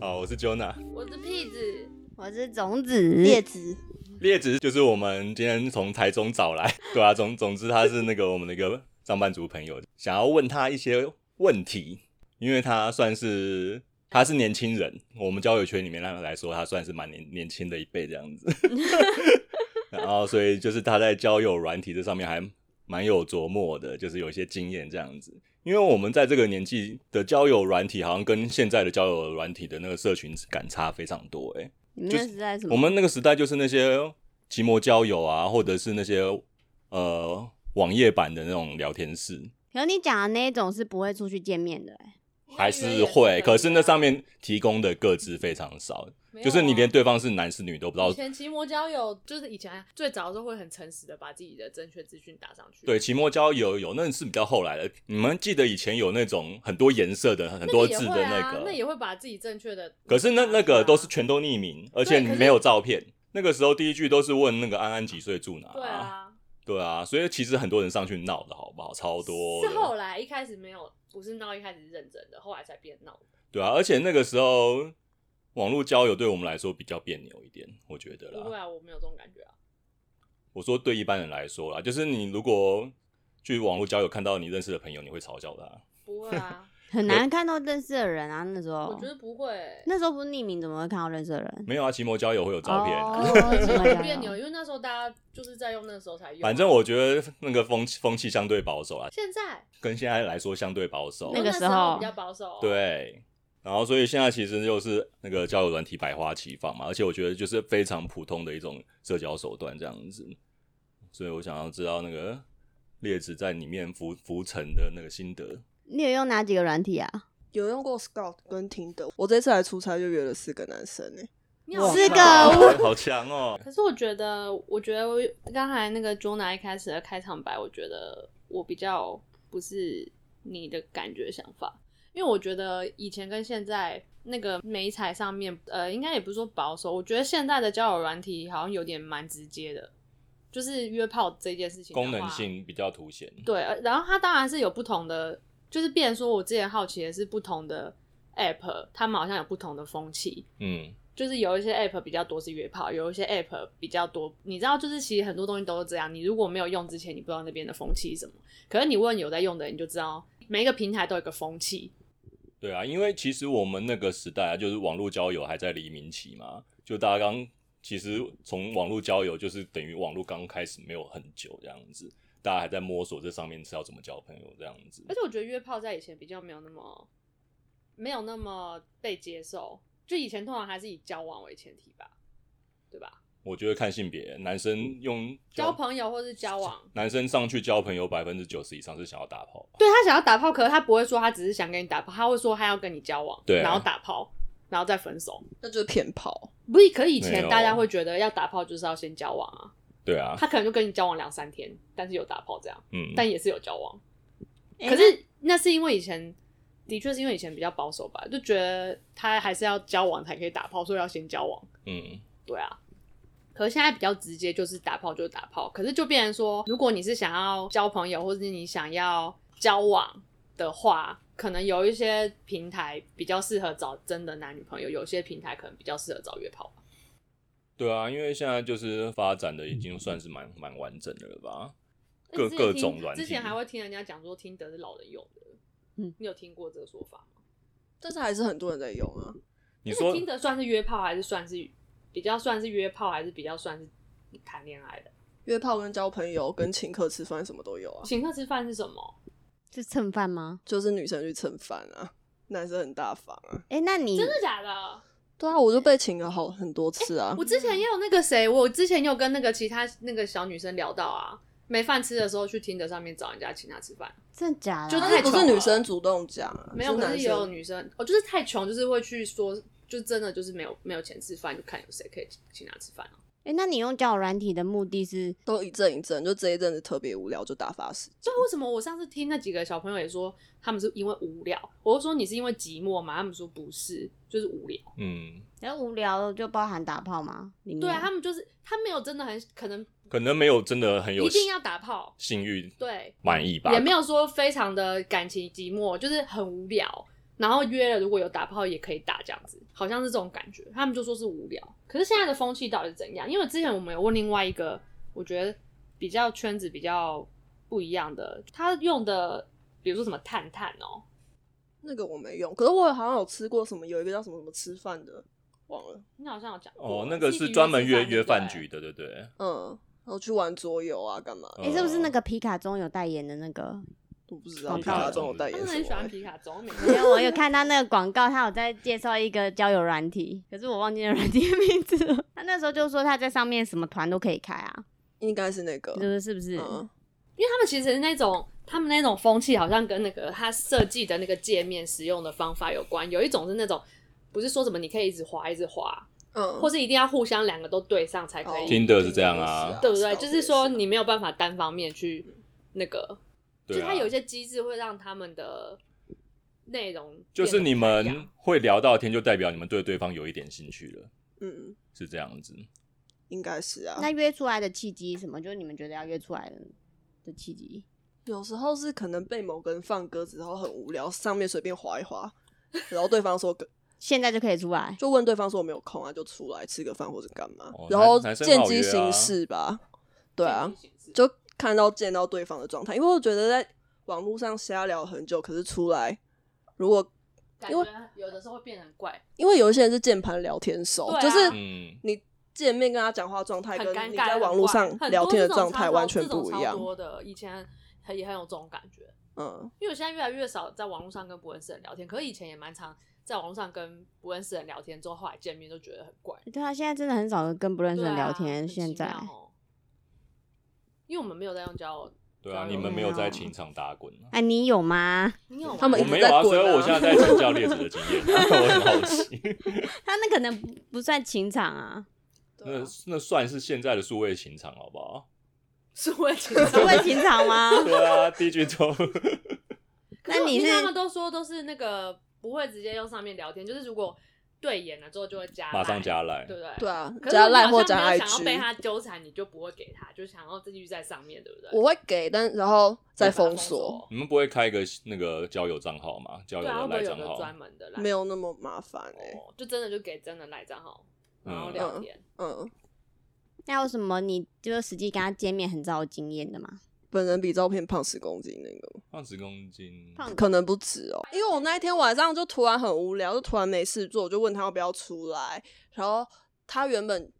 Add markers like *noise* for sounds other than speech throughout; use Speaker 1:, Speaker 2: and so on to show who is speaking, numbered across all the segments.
Speaker 1: 好，哦我是 Jonah。
Speaker 2: 我是屁子，
Speaker 3: 我是种子，
Speaker 4: 列子，
Speaker 1: 列子就是我们今天从台中找来，对啊，总总之他是那个我们的一个上班族朋友，想要问他一些问题，因为他算是他是年轻人，我们交友圈里面来来说，他算是蛮年年轻的一辈这样子。然后，所以就是他在交友软体这上面还蛮有琢磨的，就是有一些经验这样子。因为我们在这个年纪的交友软体，好像跟现在的交友软体的那个社群感差非常多、欸，诶，
Speaker 3: 你们
Speaker 1: 就
Speaker 3: 那时代什
Speaker 1: *laughs*
Speaker 3: 么？
Speaker 1: 我们那个时代就是那些奇摩交友啊，或者是那些呃网页版的那种聊天室，
Speaker 3: 可是你讲的那一种是不会出去见面的、欸，
Speaker 1: *laughs* 还是会，可是那上面提供的个资非常少，
Speaker 2: 没有啊
Speaker 1: 就是你连对方是男是女都不知
Speaker 2: 以
Speaker 1: 道。
Speaker 2: 前奇摩交友就是以前啊最早的时候会很诚实的把自己的正确资讯打上去，
Speaker 1: 对，，奇摩交友有那是比较后来的，你们记得以前有那种很多颜色的、很
Speaker 2: 那
Speaker 1: 多
Speaker 2: 个也
Speaker 1: 字的
Speaker 2: 会啊
Speaker 1: 个，
Speaker 2: 那也会把自己正确的，
Speaker 1: 可是那那个都是全都匿名，而且
Speaker 2: 对可是
Speaker 1: 没有照片。那个时候第一句都是问那个安安几岁住哪、
Speaker 2: 对啊，
Speaker 1: 对啊，所以其实很多人上去闹的好不好？超多的。
Speaker 2: 啊是后来一开始没有，不是闹一开始是认真的，后来才变闹。
Speaker 1: 对啊，而且那个时候网络交友对我们来说比较别扭一点，我觉得
Speaker 2: 不会
Speaker 1: 啦。
Speaker 2: 啊，我没有这种感觉啊。
Speaker 1: 我说对一般人来说啦，就是你如果去网络交友看到你认识的朋友，你会嘲笑他。
Speaker 2: 不会啊，
Speaker 3: 很难看到认识的人啊。那时
Speaker 2: 我
Speaker 3: 候
Speaker 2: 觉，得不会。
Speaker 3: 那时候不是匿名，怎么会看到认识的人？
Speaker 1: 没有啊，奇摩交友会有照片。
Speaker 3: 哦
Speaker 2: 可是我觉
Speaker 3: 奇
Speaker 2: 得
Speaker 3: 摩
Speaker 2: 很
Speaker 3: 交
Speaker 2: 别
Speaker 3: 友
Speaker 2: 扭，因为那时候大家就是在用那时候才用
Speaker 1: *laughs*
Speaker 2: 啊。
Speaker 1: 反正我觉得那个风气风气相对保守啊，
Speaker 2: 现在
Speaker 1: 跟现在来说相对保守。
Speaker 3: 那个
Speaker 2: 时
Speaker 3: 时候
Speaker 2: 比较保守，，
Speaker 1: 对，然后所以现在其实就是那个交友软体百花齐放嘛，而且我觉得就是非常普通的一种社交手段这样子。所以我想要知道那个列子在里面浮浮沉的那个心得。
Speaker 3: 你有用哪几个软体啊？
Speaker 4: 有用过 Scout 跟 Tinder。我这次来出差就约了四个男生欸呢、
Speaker 2: 你好
Speaker 3: 是
Speaker 2: 棒
Speaker 3: 个
Speaker 2: 哦
Speaker 3: 我
Speaker 1: 好强哦！
Speaker 2: 可是我觉得，我觉得我刚才那个 Jona 一开始的开场白，我觉得我比较不是你的感觉想法，因为我觉得以前跟现在那个媒材上面，呃，应该也不是说保守，我觉得现在的交友软体好像有点蛮直接的，就是约炮这件事情的
Speaker 1: 功
Speaker 2: 话
Speaker 1: 能性比较凸显。
Speaker 2: 对，呃然后它当然是有不同的，就是变成说我之前好奇的是不同的 app，他们好像有不同的风气，
Speaker 1: 嗯，
Speaker 2: 就是有一些 app 比较多是约炮，有一些 app 比较多，你知道，就是其实很多东西都是这样。你如果没有用之前，你不知道那边的风气是什么。可是你问有在用的人，你就知道每一个平台都有一个风气。
Speaker 1: 对啊，因为其实我们那个时代啊，就是网络交友还在黎明期嘛，就大家刚其实从网络交友就是等于网络刚开始没有很久这样子，大家还在摸索这上面是要怎么交朋友这样子。
Speaker 2: 而且我觉得约炮在以前比较没有那么没有那么被接受，就以前通常还是以交往为前提吧，对吧？
Speaker 1: 我觉得看性别，男
Speaker 3: 嗯
Speaker 1: 生用
Speaker 2: 交朋友或是交往，
Speaker 1: 男生上去交朋友百分之九十以上是想要打炮吧，
Speaker 2: 对他想要打炮，可是他不会说他只是想跟你打炮，他会说他要跟你交往，
Speaker 1: 对啊
Speaker 2: 然后打炮，然后再分手。
Speaker 4: 那就是骗炮。
Speaker 2: 不是，可以
Speaker 1: 没有
Speaker 2: 前大家会觉得要打炮就是要先交往啊，
Speaker 1: 对啊，
Speaker 2: 他可能就跟你交往两三天，但是有打炮这样，
Speaker 1: 嗯，
Speaker 2: 但也是有交往。
Speaker 3: 诶
Speaker 2: 可是那是因为以前，的确是因为以前比较保守吧，就觉得他还是要交往才可以打炮，所以要先交往。
Speaker 1: 嗯，
Speaker 2: 对啊。可是现在比较直接，就是打炮就是打炮。可是就变成说，如果你是想要交朋友，或者是你想要交往的话，可能有一些平台比较适合找真的男女朋友，有些平台可能比较适合找约炮吧。
Speaker 1: 对啊，因为现在就是发展的已经算是蛮蛮完整的了吧，各
Speaker 2: 哎之前
Speaker 1: 各
Speaker 2: 听
Speaker 1: 种软体
Speaker 2: 之前还会听人家讲说，听得是老人用的。
Speaker 3: 嗯
Speaker 2: 你有听过这个说法吗？
Speaker 4: 但是还是很多人在用啊，
Speaker 1: 你说
Speaker 2: 听得算是约炮，还是算是比较算是约炮，还是比较算是谈恋爱的？
Speaker 4: 约炮跟交朋友跟请客吃饭什么都有啊，
Speaker 2: 请客吃饭是什么？
Speaker 3: 是蹭饭吗？
Speaker 4: 就是女生去蹭饭啊，男生很大方啊。
Speaker 3: 哎、那你
Speaker 2: 真的假的？
Speaker 4: 对啊，我就被请了好很多次啊。
Speaker 2: 我之前也有那个谁，我之前也有跟那个其他那个小女生聊到啊，没饭吃的时候去听的上面找人家请她吃饭，
Speaker 3: 真的假的啊？
Speaker 2: 就
Speaker 4: 但
Speaker 2: 太
Speaker 4: 是不
Speaker 2: 丑
Speaker 4: 是女生主动讲、啊，
Speaker 2: 没有，可
Speaker 4: 男
Speaker 2: 哦是也有
Speaker 4: 生。
Speaker 2: 女生，哦，就是太穷，就是会去说，就真的就是没有没有钱吃饭，就看有谁可以请她吃饭啊。
Speaker 3: 哎、那你用交友软体的目的是？
Speaker 4: 都一阵一阵，就这一阵子特别无聊，就打发时
Speaker 2: 所以为什么我上次听那几个小朋友也说他们是因为无聊，我就说你是因为寂寞嘛，他们说不是，就是无聊。
Speaker 1: 嗯，
Speaker 3: 然后无聊就包含打炮吗？里面
Speaker 2: 对啊，他们就是他没有真的很可能
Speaker 1: 可能没有真的很有
Speaker 2: 一定要打炮，
Speaker 1: 性欲
Speaker 2: 对，
Speaker 1: 满意吧
Speaker 2: 也，没有说非常的感情寂寞，就是很无聊。然后约了如果有打炮也可以打这样子，好像是这种感觉。他们就说是无聊，可是现在的风气到底是怎样？因为之前我们有问另外一个，我觉得比较圈子比较不一样的，他用的比如说什么探探哦，
Speaker 4: 那个我没用，可是我好像有吃过什么，有一个叫什么什么吃饭的，忘了。
Speaker 2: 你好像有讲过欸
Speaker 1: 哦，那个
Speaker 2: 是啊
Speaker 1: 是专门约约饭
Speaker 2: 饭
Speaker 1: 局，的，对对对。
Speaker 4: 嗯，然后去玩桌游啊，干嘛？
Speaker 1: 嗯
Speaker 3: 哎哎、是不是那个皮卡中有代言的那个？ *laughs*
Speaker 4: 我不知道
Speaker 3: 广
Speaker 4: 皮卡
Speaker 3: 告
Speaker 4: 中有代
Speaker 2: 他
Speaker 4: 言
Speaker 2: 们
Speaker 4: 什
Speaker 2: 很喜
Speaker 4: 么
Speaker 1: 哦
Speaker 2: 欢
Speaker 4: 欸。
Speaker 2: 皮卡丘，每
Speaker 3: 因
Speaker 2: 个
Speaker 3: 为我有看到那个广告，他有在介绍一个交友软体，可是我忘记那软体的名字了。 *laughs* 他那时候就说他在上面什么团都可以开啊，
Speaker 4: 应该是那个
Speaker 3: 你。说是不是？
Speaker 4: 嗯，
Speaker 2: 因为他们其实那种他们那种风气，好像跟那个他设计的那个界面使用的方法有关。有一种是那种不是说什么你可以一直滑一直滑，
Speaker 4: 嗯，哦
Speaker 2: 或是一定要互相两个都对上才可以，
Speaker 1: 听 Tinder 是这样啊
Speaker 2: 对不对？就是说你
Speaker 4: 们
Speaker 2: 没有办法单方面去那个，
Speaker 1: 对
Speaker 2: 就
Speaker 1: 啊
Speaker 2: 它有一些机制会让他们的内容
Speaker 1: 就是你
Speaker 2: 变得不太一
Speaker 1: 们
Speaker 2: 样
Speaker 1: 会聊到天，就代表你们对对方有一点兴趣了，
Speaker 4: 嗯，
Speaker 1: 是这样子。
Speaker 4: 应该是啊。
Speaker 3: 那约出来的契机是什么？就是你们觉得要约出来的的契机？
Speaker 4: 有时候是可能被某个人放鸽子，然后很无聊，上面随便划一划， *laughs* 然后对方说
Speaker 3: 现在就可以出来？
Speaker 4: 就问对方说我没有空啊，就出来吃个饭或者干嘛，
Speaker 1: 哦
Speaker 4: 然后
Speaker 1: 男男生
Speaker 4: 见
Speaker 1: 好约
Speaker 4: 机
Speaker 1: 啊
Speaker 4: 行事吧。对啊，
Speaker 2: 这种形式
Speaker 4: 就看到见到对方的状态，因为我觉得在网络上瞎聊很久，可是出来如果
Speaker 2: 感觉有的时候会变得很怪，
Speaker 4: 因为有一些人是键盘聊天手，
Speaker 2: 对啊
Speaker 4: 就是
Speaker 1: 嗯，
Speaker 4: 你见面跟他讲话状态
Speaker 2: 很
Speaker 4: 跟
Speaker 2: 尴
Speaker 4: 你
Speaker 2: 尬。
Speaker 4: 在网
Speaker 2: 很
Speaker 4: 络
Speaker 2: 怪
Speaker 4: 上
Speaker 2: 很
Speaker 4: 聊
Speaker 2: 多
Speaker 4: 天的
Speaker 2: 这种
Speaker 4: 状态
Speaker 2: 超
Speaker 4: 完全
Speaker 2: 这种
Speaker 4: 不一
Speaker 2: 超
Speaker 4: 样。
Speaker 2: 多的以前很也很有这种感觉。
Speaker 4: 嗯，
Speaker 2: 因为我现在越来越少在网络上跟不认识的人聊天，可是以前也蛮常在网络上跟不认识的人聊天，之后后来见面就觉得很怪。
Speaker 3: 对啊，现在真的很少跟不认识
Speaker 2: 对
Speaker 3: 人
Speaker 2: 啊
Speaker 3: 聊天。
Speaker 2: 很奇
Speaker 3: 现在
Speaker 2: 妙哦因为我们没有在用交友，
Speaker 1: 对啊，
Speaker 2: 交友
Speaker 1: 你们没有在
Speaker 3: 软体
Speaker 1: 情场打滚啊。
Speaker 3: 哎、你有吗？
Speaker 2: 你有吗
Speaker 4: 他们
Speaker 1: 我
Speaker 4: 一直
Speaker 1: 没有啊，
Speaker 4: 在
Speaker 1: 所
Speaker 4: 滚
Speaker 1: 以
Speaker 4: 啊
Speaker 1: 我现在在请教列子的经验，我很好
Speaker 4: *laughs*
Speaker 1: 奇。
Speaker 3: 他那可能不不算情场 *laughs* 啊，
Speaker 1: 那那算是现在的数位情场好不好？
Speaker 2: 是
Speaker 4: *laughs*
Speaker 2: 会情商
Speaker 3: 不会情场吗？ *laughs*
Speaker 1: 对啊，digital
Speaker 2: 可是
Speaker 3: 那
Speaker 2: 我
Speaker 3: 你
Speaker 2: 听
Speaker 3: 是
Speaker 2: 他们都说都是那个不会直接用上面聊天，就是如果对眼了之后就会加，
Speaker 1: 马上，加来。
Speaker 2: 对不对？
Speaker 4: 对。啊，
Speaker 2: 可是
Speaker 4: 加
Speaker 2: 如果你
Speaker 4: 赖
Speaker 2: 好
Speaker 4: 或
Speaker 2: 像
Speaker 4: 加
Speaker 2: 没有想要被
Speaker 4: IG，
Speaker 2: 他纠缠，你就不会给他，就想要继续在上面，对不对？
Speaker 4: 我会给，但然后再
Speaker 2: 再把它
Speaker 4: 封锁。
Speaker 1: 你们不会开一个那个交友账号吗？交友
Speaker 2: 对啊，
Speaker 1: 的
Speaker 2: 会不会
Speaker 1: 赖
Speaker 2: 有
Speaker 1: 账
Speaker 2: 个
Speaker 1: 号
Speaker 2: 专门的来？
Speaker 4: 没有那么麻烦哎、
Speaker 2: 哦，就真的就给真的赖账号，然后
Speaker 1: 嗯
Speaker 2: 聊天。
Speaker 4: 嗯，
Speaker 3: 那有什么你就是实际跟他见面很早有经验的吗？
Speaker 4: 本人比照片胖十公斤那个，
Speaker 1: 胖十公斤，
Speaker 3: 胖
Speaker 4: 可能不止哦、因为我那一天晚上就突然很无聊，就突然没事做，我就问他要不要出来，然后他原本。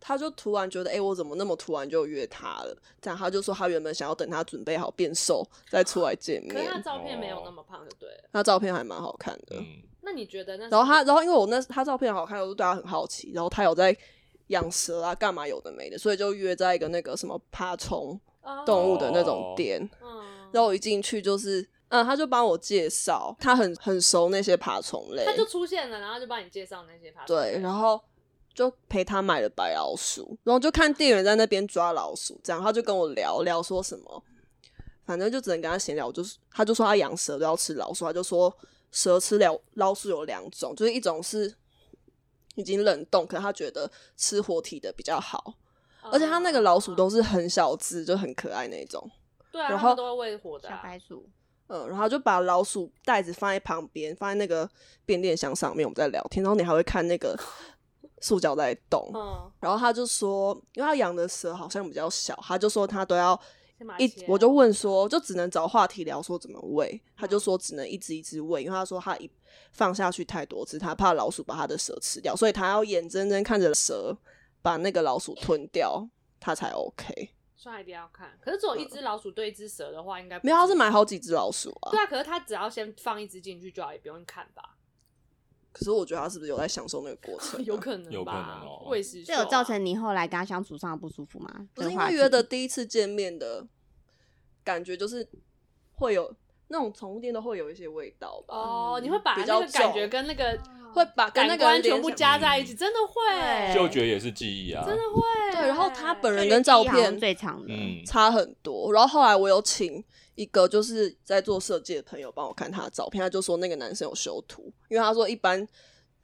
Speaker 4: 他就突然觉得，哎、我怎么那么突然就约他了？这样他就说，他原本想要等他准备好变瘦再出来见
Speaker 2: 可是他
Speaker 4: 面。
Speaker 2: 照片
Speaker 1: 哦
Speaker 2: 没有那么胖，就对了。
Speaker 4: 他照片还蛮好看的，
Speaker 1: 嗯，
Speaker 2: 那你觉得那时
Speaker 4: 然
Speaker 2: 候？
Speaker 4: 后他，然后因为我那他照片好看，我就对他很好奇。然后他有在养蛇啊，干嘛有的没的，所以就约在一个那个什么爬虫
Speaker 2: 他
Speaker 4: 动物的那种
Speaker 1: 哦
Speaker 4: 店。
Speaker 2: 嗯，
Speaker 4: 然后我一进去就是，嗯，他就帮我介绍，他很很熟那些爬虫类
Speaker 2: 他，就出现了，然后就帮你介绍那些爬虫类。
Speaker 4: 对，然后就陪他买了白老鼠，然后就看店员在那边抓老鼠，这样他就跟我聊聊说什么，反正就只能跟他闲聊，我就是他就说他养蛇都要吃老鼠，他就说蛇吃了老鼠有两种，就是一种是已经冷冻，可他觉得吃活体的比较好，
Speaker 2: 嗯，
Speaker 4: 而且他那个老鼠
Speaker 2: 嗯
Speaker 4: 都是很小只，就很可爱那种。
Speaker 2: 对啊，
Speaker 4: 然
Speaker 2: 他们
Speaker 4: 后
Speaker 2: 都会喂活的啊。
Speaker 3: 鼠，
Speaker 4: 嗯，然后就把老鼠袋子放在旁边，放在那个变电箱上面，我们在聊天，然后你还会看那个 *laughs* 塑胶袋动。
Speaker 2: 嗯，
Speaker 4: 然后他就说，因为他养的蛇好像比较小，他就说他都要
Speaker 2: 先把它
Speaker 4: 一
Speaker 2: 切，
Speaker 4: 我就问说，就只能找话题聊说怎么喂，他
Speaker 2: 嗯
Speaker 4: 就说只能一只一只喂，因为他说他一放下去太多只，他怕老鼠把他的蛇吃掉，所以他要眼睁睁看着蛇把那个老鼠吞掉，他才 OK。
Speaker 2: 虽然一定要看，可是只有一只老鼠对一只蛇的话，应该不
Speaker 4: 嗯没有，他是买好几只老鼠啊
Speaker 2: 对。啊，可是他只要先放一只进去就好，也不用看吧？
Speaker 4: 可是我觉得他是不是有在享受那个
Speaker 2: *laughs*
Speaker 4: 过 *laughs* 程啊、
Speaker 2: 有可能，
Speaker 1: 有可
Speaker 2: 吧？
Speaker 1: 能哦
Speaker 2: 喂食
Speaker 3: 这
Speaker 2: 兽
Speaker 3: 有
Speaker 2: 啊
Speaker 3: 造成你后来跟他相处上的不舒服吗？
Speaker 4: 不是
Speaker 3: 这
Speaker 4: 因
Speaker 3: 个话
Speaker 4: 为
Speaker 3: 题
Speaker 4: 约的第一次见面的感觉，就是会有那种宠物店都会有一些味道吧，
Speaker 2: 哦，
Speaker 3: 嗯
Speaker 2: 你会把
Speaker 4: 比
Speaker 2: 那
Speaker 4: 较
Speaker 2: 个感
Speaker 4: 重
Speaker 2: 觉跟那个
Speaker 4: 会把跟那
Speaker 2: 感
Speaker 4: 个
Speaker 2: 官
Speaker 4: 人
Speaker 2: 全部
Speaker 4: 联想
Speaker 2: 加在一起，
Speaker 1: 嗯
Speaker 2: 真的会，
Speaker 1: 嗅觉也是记忆啊，
Speaker 2: 真的会。
Speaker 4: 对，然后他本
Speaker 3: 这
Speaker 4: 人
Speaker 3: 个
Speaker 4: 跟照
Speaker 3: 记忆好像
Speaker 4: 片
Speaker 3: 最长的，
Speaker 1: 嗯，
Speaker 4: 差很多。然后后来我有请一个就是在做设计的朋友帮我看他的照片，他就说那个男生有修图，因为他说一般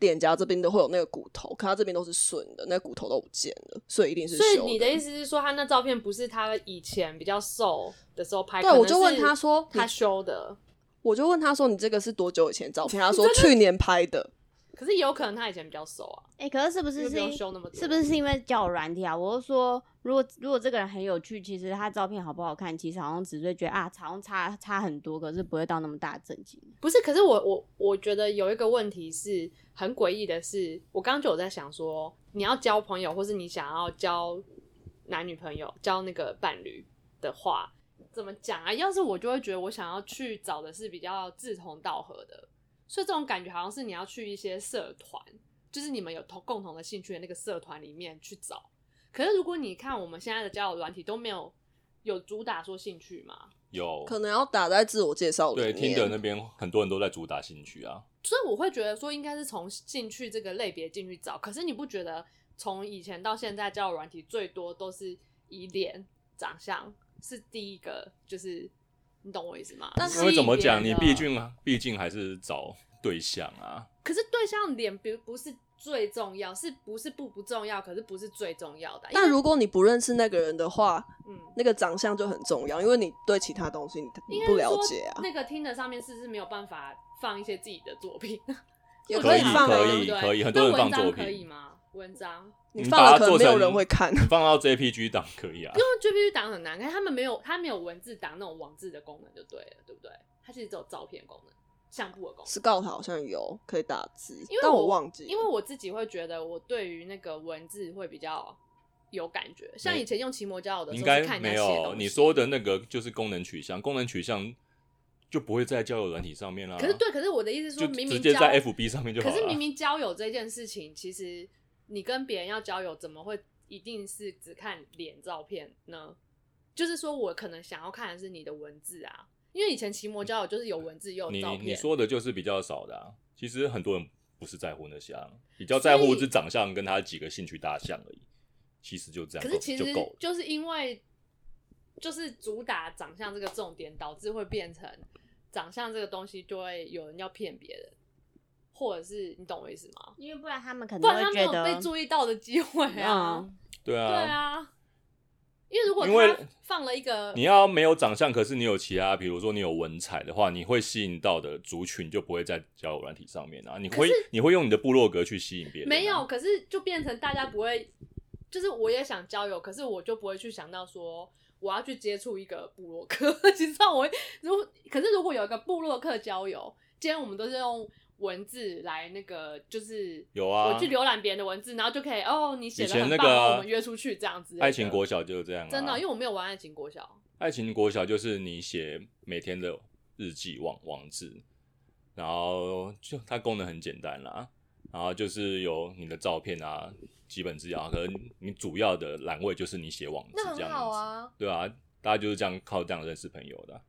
Speaker 4: 脸颊这边都会有那个骨头，可他这边都是顺的，那骨头都不见了，所以一定是
Speaker 2: 所以
Speaker 4: 修
Speaker 2: 你的意思是说，他那照片不是他以前比较瘦的时候拍？
Speaker 4: 对，
Speaker 2: 可能
Speaker 4: 我就问
Speaker 2: 是
Speaker 4: 他说
Speaker 2: 他
Speaker 4: 你
Speaker 2: 修的，
Speaker 4: 我就问他说：“你这个是多久以前的照片？”他说：“去年拍的。
Speaker 2: 可是也有可能他以前比较瘦啊，
Speaker 3: 哎、可是是不
Speaker 2: 就是不
Speaker 3: 是
Speaker 2: 用
Speaker 3: 因
Speaker 2: 修那么多，
Speaker 3: 是不是是因为交友软体啊？我是说，如果如果这个人很有趣，其实他照片好不好看，其实好像只是觉得啊，好像差差很多，可是不会到那么大的震惊。
Speaker 2: 不是，可是我我我觉得有一个问题是很诡异的是，我刚刚就有在想说，你要交朋友，或是你想要交男女朋友、交那个伴侣的话，怎么讲啊？要是我就会觉得我想要去找的是比较志同道合的，所以这种感觉好像是你要去一些社团，就是你们有同共同的兴趣的那个社团里面去找。可是如果你看我们现在的交友软体都没有有主打说兴趣嘛，
Speaker 1: 有”
Speaker 4: 可能要打在自我介绍里
Speaker 1: 对
Speaker 4: 面。
Speaker 1: 听的那边很多人都在主打兴趣啊，
Speaker 2: 所以我会觉得说，应该是从兴趣这个类别进去找。可是你不觉得从以前到现在交友软体最多都是以脸、长相是第一个，就是你懂我意思吗？
Speaker 4: 但是
Speaker 1: 因为怎么讲，
Speaker 2: 吸
Speaker 1: 你
Speaker 4: 啊
Speaker 1: 毕
Speaker 2: 引别人的
Speaker 1: 竟啊毕竟还是找对象啊，
Speaker 2: 可是对象脸不不是最重要，是不是不不重要？可是不是最重要的。
Speaker 4: 但
Speaker 2: 因为
Speaker 4: 如果你不认识那个人的话，
Speaker 2: 嗯，
Speaker 4: 那个长相就很重要，因为你对其他东西你
Speaker 2: 应
Speaker 4: 你
Speaker 2: 该
Speaker 4: 不
Speaker 2: 是
Speaker 4: 了
Speaker 2: 说
Speaker 4: 解啊。
Speaker 2: 那个听的上面是不是没有办法放一些自己的作品？
Speaker 4: 也
Speaker 2: 我觉得
Speaker 4: 以
Speaker 2: 好
Speaker 4: 放啊
Speaker 1: 可
Speaker 2: 对不
Speaker 1: 以
Speaker 2: 对
Speaker 1: 可以，很
Speaker 2: 那
Speaker 1: 多人放
Speaker 2: 文章
Speaker 1: 作
Speaker 2: 可以
Speaker 1: 品，
Speaker 2: 吗？文章。
Speaker 4: 你
Speaker 1: 你
Speaker 4: 放
Speaker 1: 把
Speaker 4: 了
Speaker 1: 它
Speaker 4: 可能
Speaker 1: 做
Speaker 4: 没有
Speaker 1: 成
Speaker 4: 人会看。
Speaker 1: 你放到 JPG 档可以啊
Speaker 2: 因，为 GPU 档很难看，他们没有它没有文字档那种网字的功能就对了，对不对？它其实只有照片功能、相簿的功能。
Speaker 4: *laughs* Scout 好像有可以打字，
Speaker 2: 因为
Speaker 4: 但
Speaker 2: 我
Speaker 4: 忘记了，
Speaker 2: 因为我自己会觉得，我对于那个文字会比较有感觉。像
Speaker 1: 没
Speaker 2: 以前用奇摩交友的时
Speaker 1: 应
Speaker 2: 候，是
Speaker 1: 该
Speaker 2: 看
Speaker 1: 没
Speaker 2: 人家写东
Speaker 1: 有。
Speaker 2: 西
Speaker 1: 你说的那个就是功能取向，功能取向就不会在交友软体上面啦，
Speaker 2: 可是对，可是我的意思是
Speaker 1: 就
Speaker 2: 说，明
Speaker 1: 直
Speaker 2: 明
Speaker 1: 接
Speaker 2: 交
Speaker 1: 在 FB 上面就好
Speaker 2: 可
Speaker 1: 了
Speaker 2: 是明
Speaker 1: 啊。
Speaker 2: 明交友这件事情，其实你跟别人要交友，怎么会一定是只看脸照片呢？就是说我可能想要看的是你的文字啊，因为以前奇摩交友就是有文字又有
Speaker 1: 嗯你
Speaker 2: 照片。
Speaker 1: 你说的就是比较少的、啊，其实很多人不是在乎那些、啊，比较在乎
Speaker 2: 所以
Speaker 1: 是长相跟他几个兴趣大项而已，其实就这样
Speaker 2: 可
Speaker 1: 够，
Speaker 2: 是其实
Speaker 1: 哦就够了。
Speaker 2: 就是因为就是主打长相这个重点，导致会变成长相这个东西就会有人要骗别人，或者是你懂我意思吗？
Speaker 3: 因为不然他们可
Speaker 2: 哦不
Speaker 3: 能
Speaker 2: 然他
Speaker 3: 会
Speaker 2: 没有
Speaker 3: 觉得
Speaker 2: 被注意到的机会啊。
Speaker 3: 嗯
Speaker 1: 对
Speaker 2: 对
Speaker 1: 啊，
Speaker 2: 啊，因为如果
Speaker 1: 因为
Speaker 2: 他放了一个，
Speaker 1: 你要没有长相，可是你有其他，比如说你有文采的话，你会吸引到的族群就不会在交友软体上面啊。你会你会用你的部落格去吸引别人、啊
Speaker 2: 没有，，可是就变成大家不会，就是我也想交友，可是我就不会去想到说我要去接触一个部落客。 *laughs* 其实我会如果可是如果有一个部落客交友，今天我们都是用文字来那个，就是
Speaker 1: 有啊
Speaker 2: 我去浏览别人的文字，然后就可以哦，你写
Speaker 1: 以
Speaker 2: 的
Speaker 1: 前
Speaker 2: 很
Speaker 1: 那
Speaker 2: 棒，
Speaker 1: 个
Speaker 2: 然后
Speaker 1: 啊
Speaker 2: 我们约出去这样子。
Speaker 1: 爱情国小就是这样、啊，
Speaker 2: 真的，因为我没有玩爱情国小，
Speaker 1: 爱情国小就是你写每天的日记网网志，然后就它功能很简单啦，然后就是有你的照片啊、基本资料啊，可能你主要的栏位就是你写网志
Speaker 2: 那
Speaker 1: 这
Speaker 2: 很
Speaker 1: 样
Speaker 2: 好
Speaker 1: 子，
Speaker 2: 啊。
Speaker 1: 对啊，大家就是这样靠这样认识朋友的啊。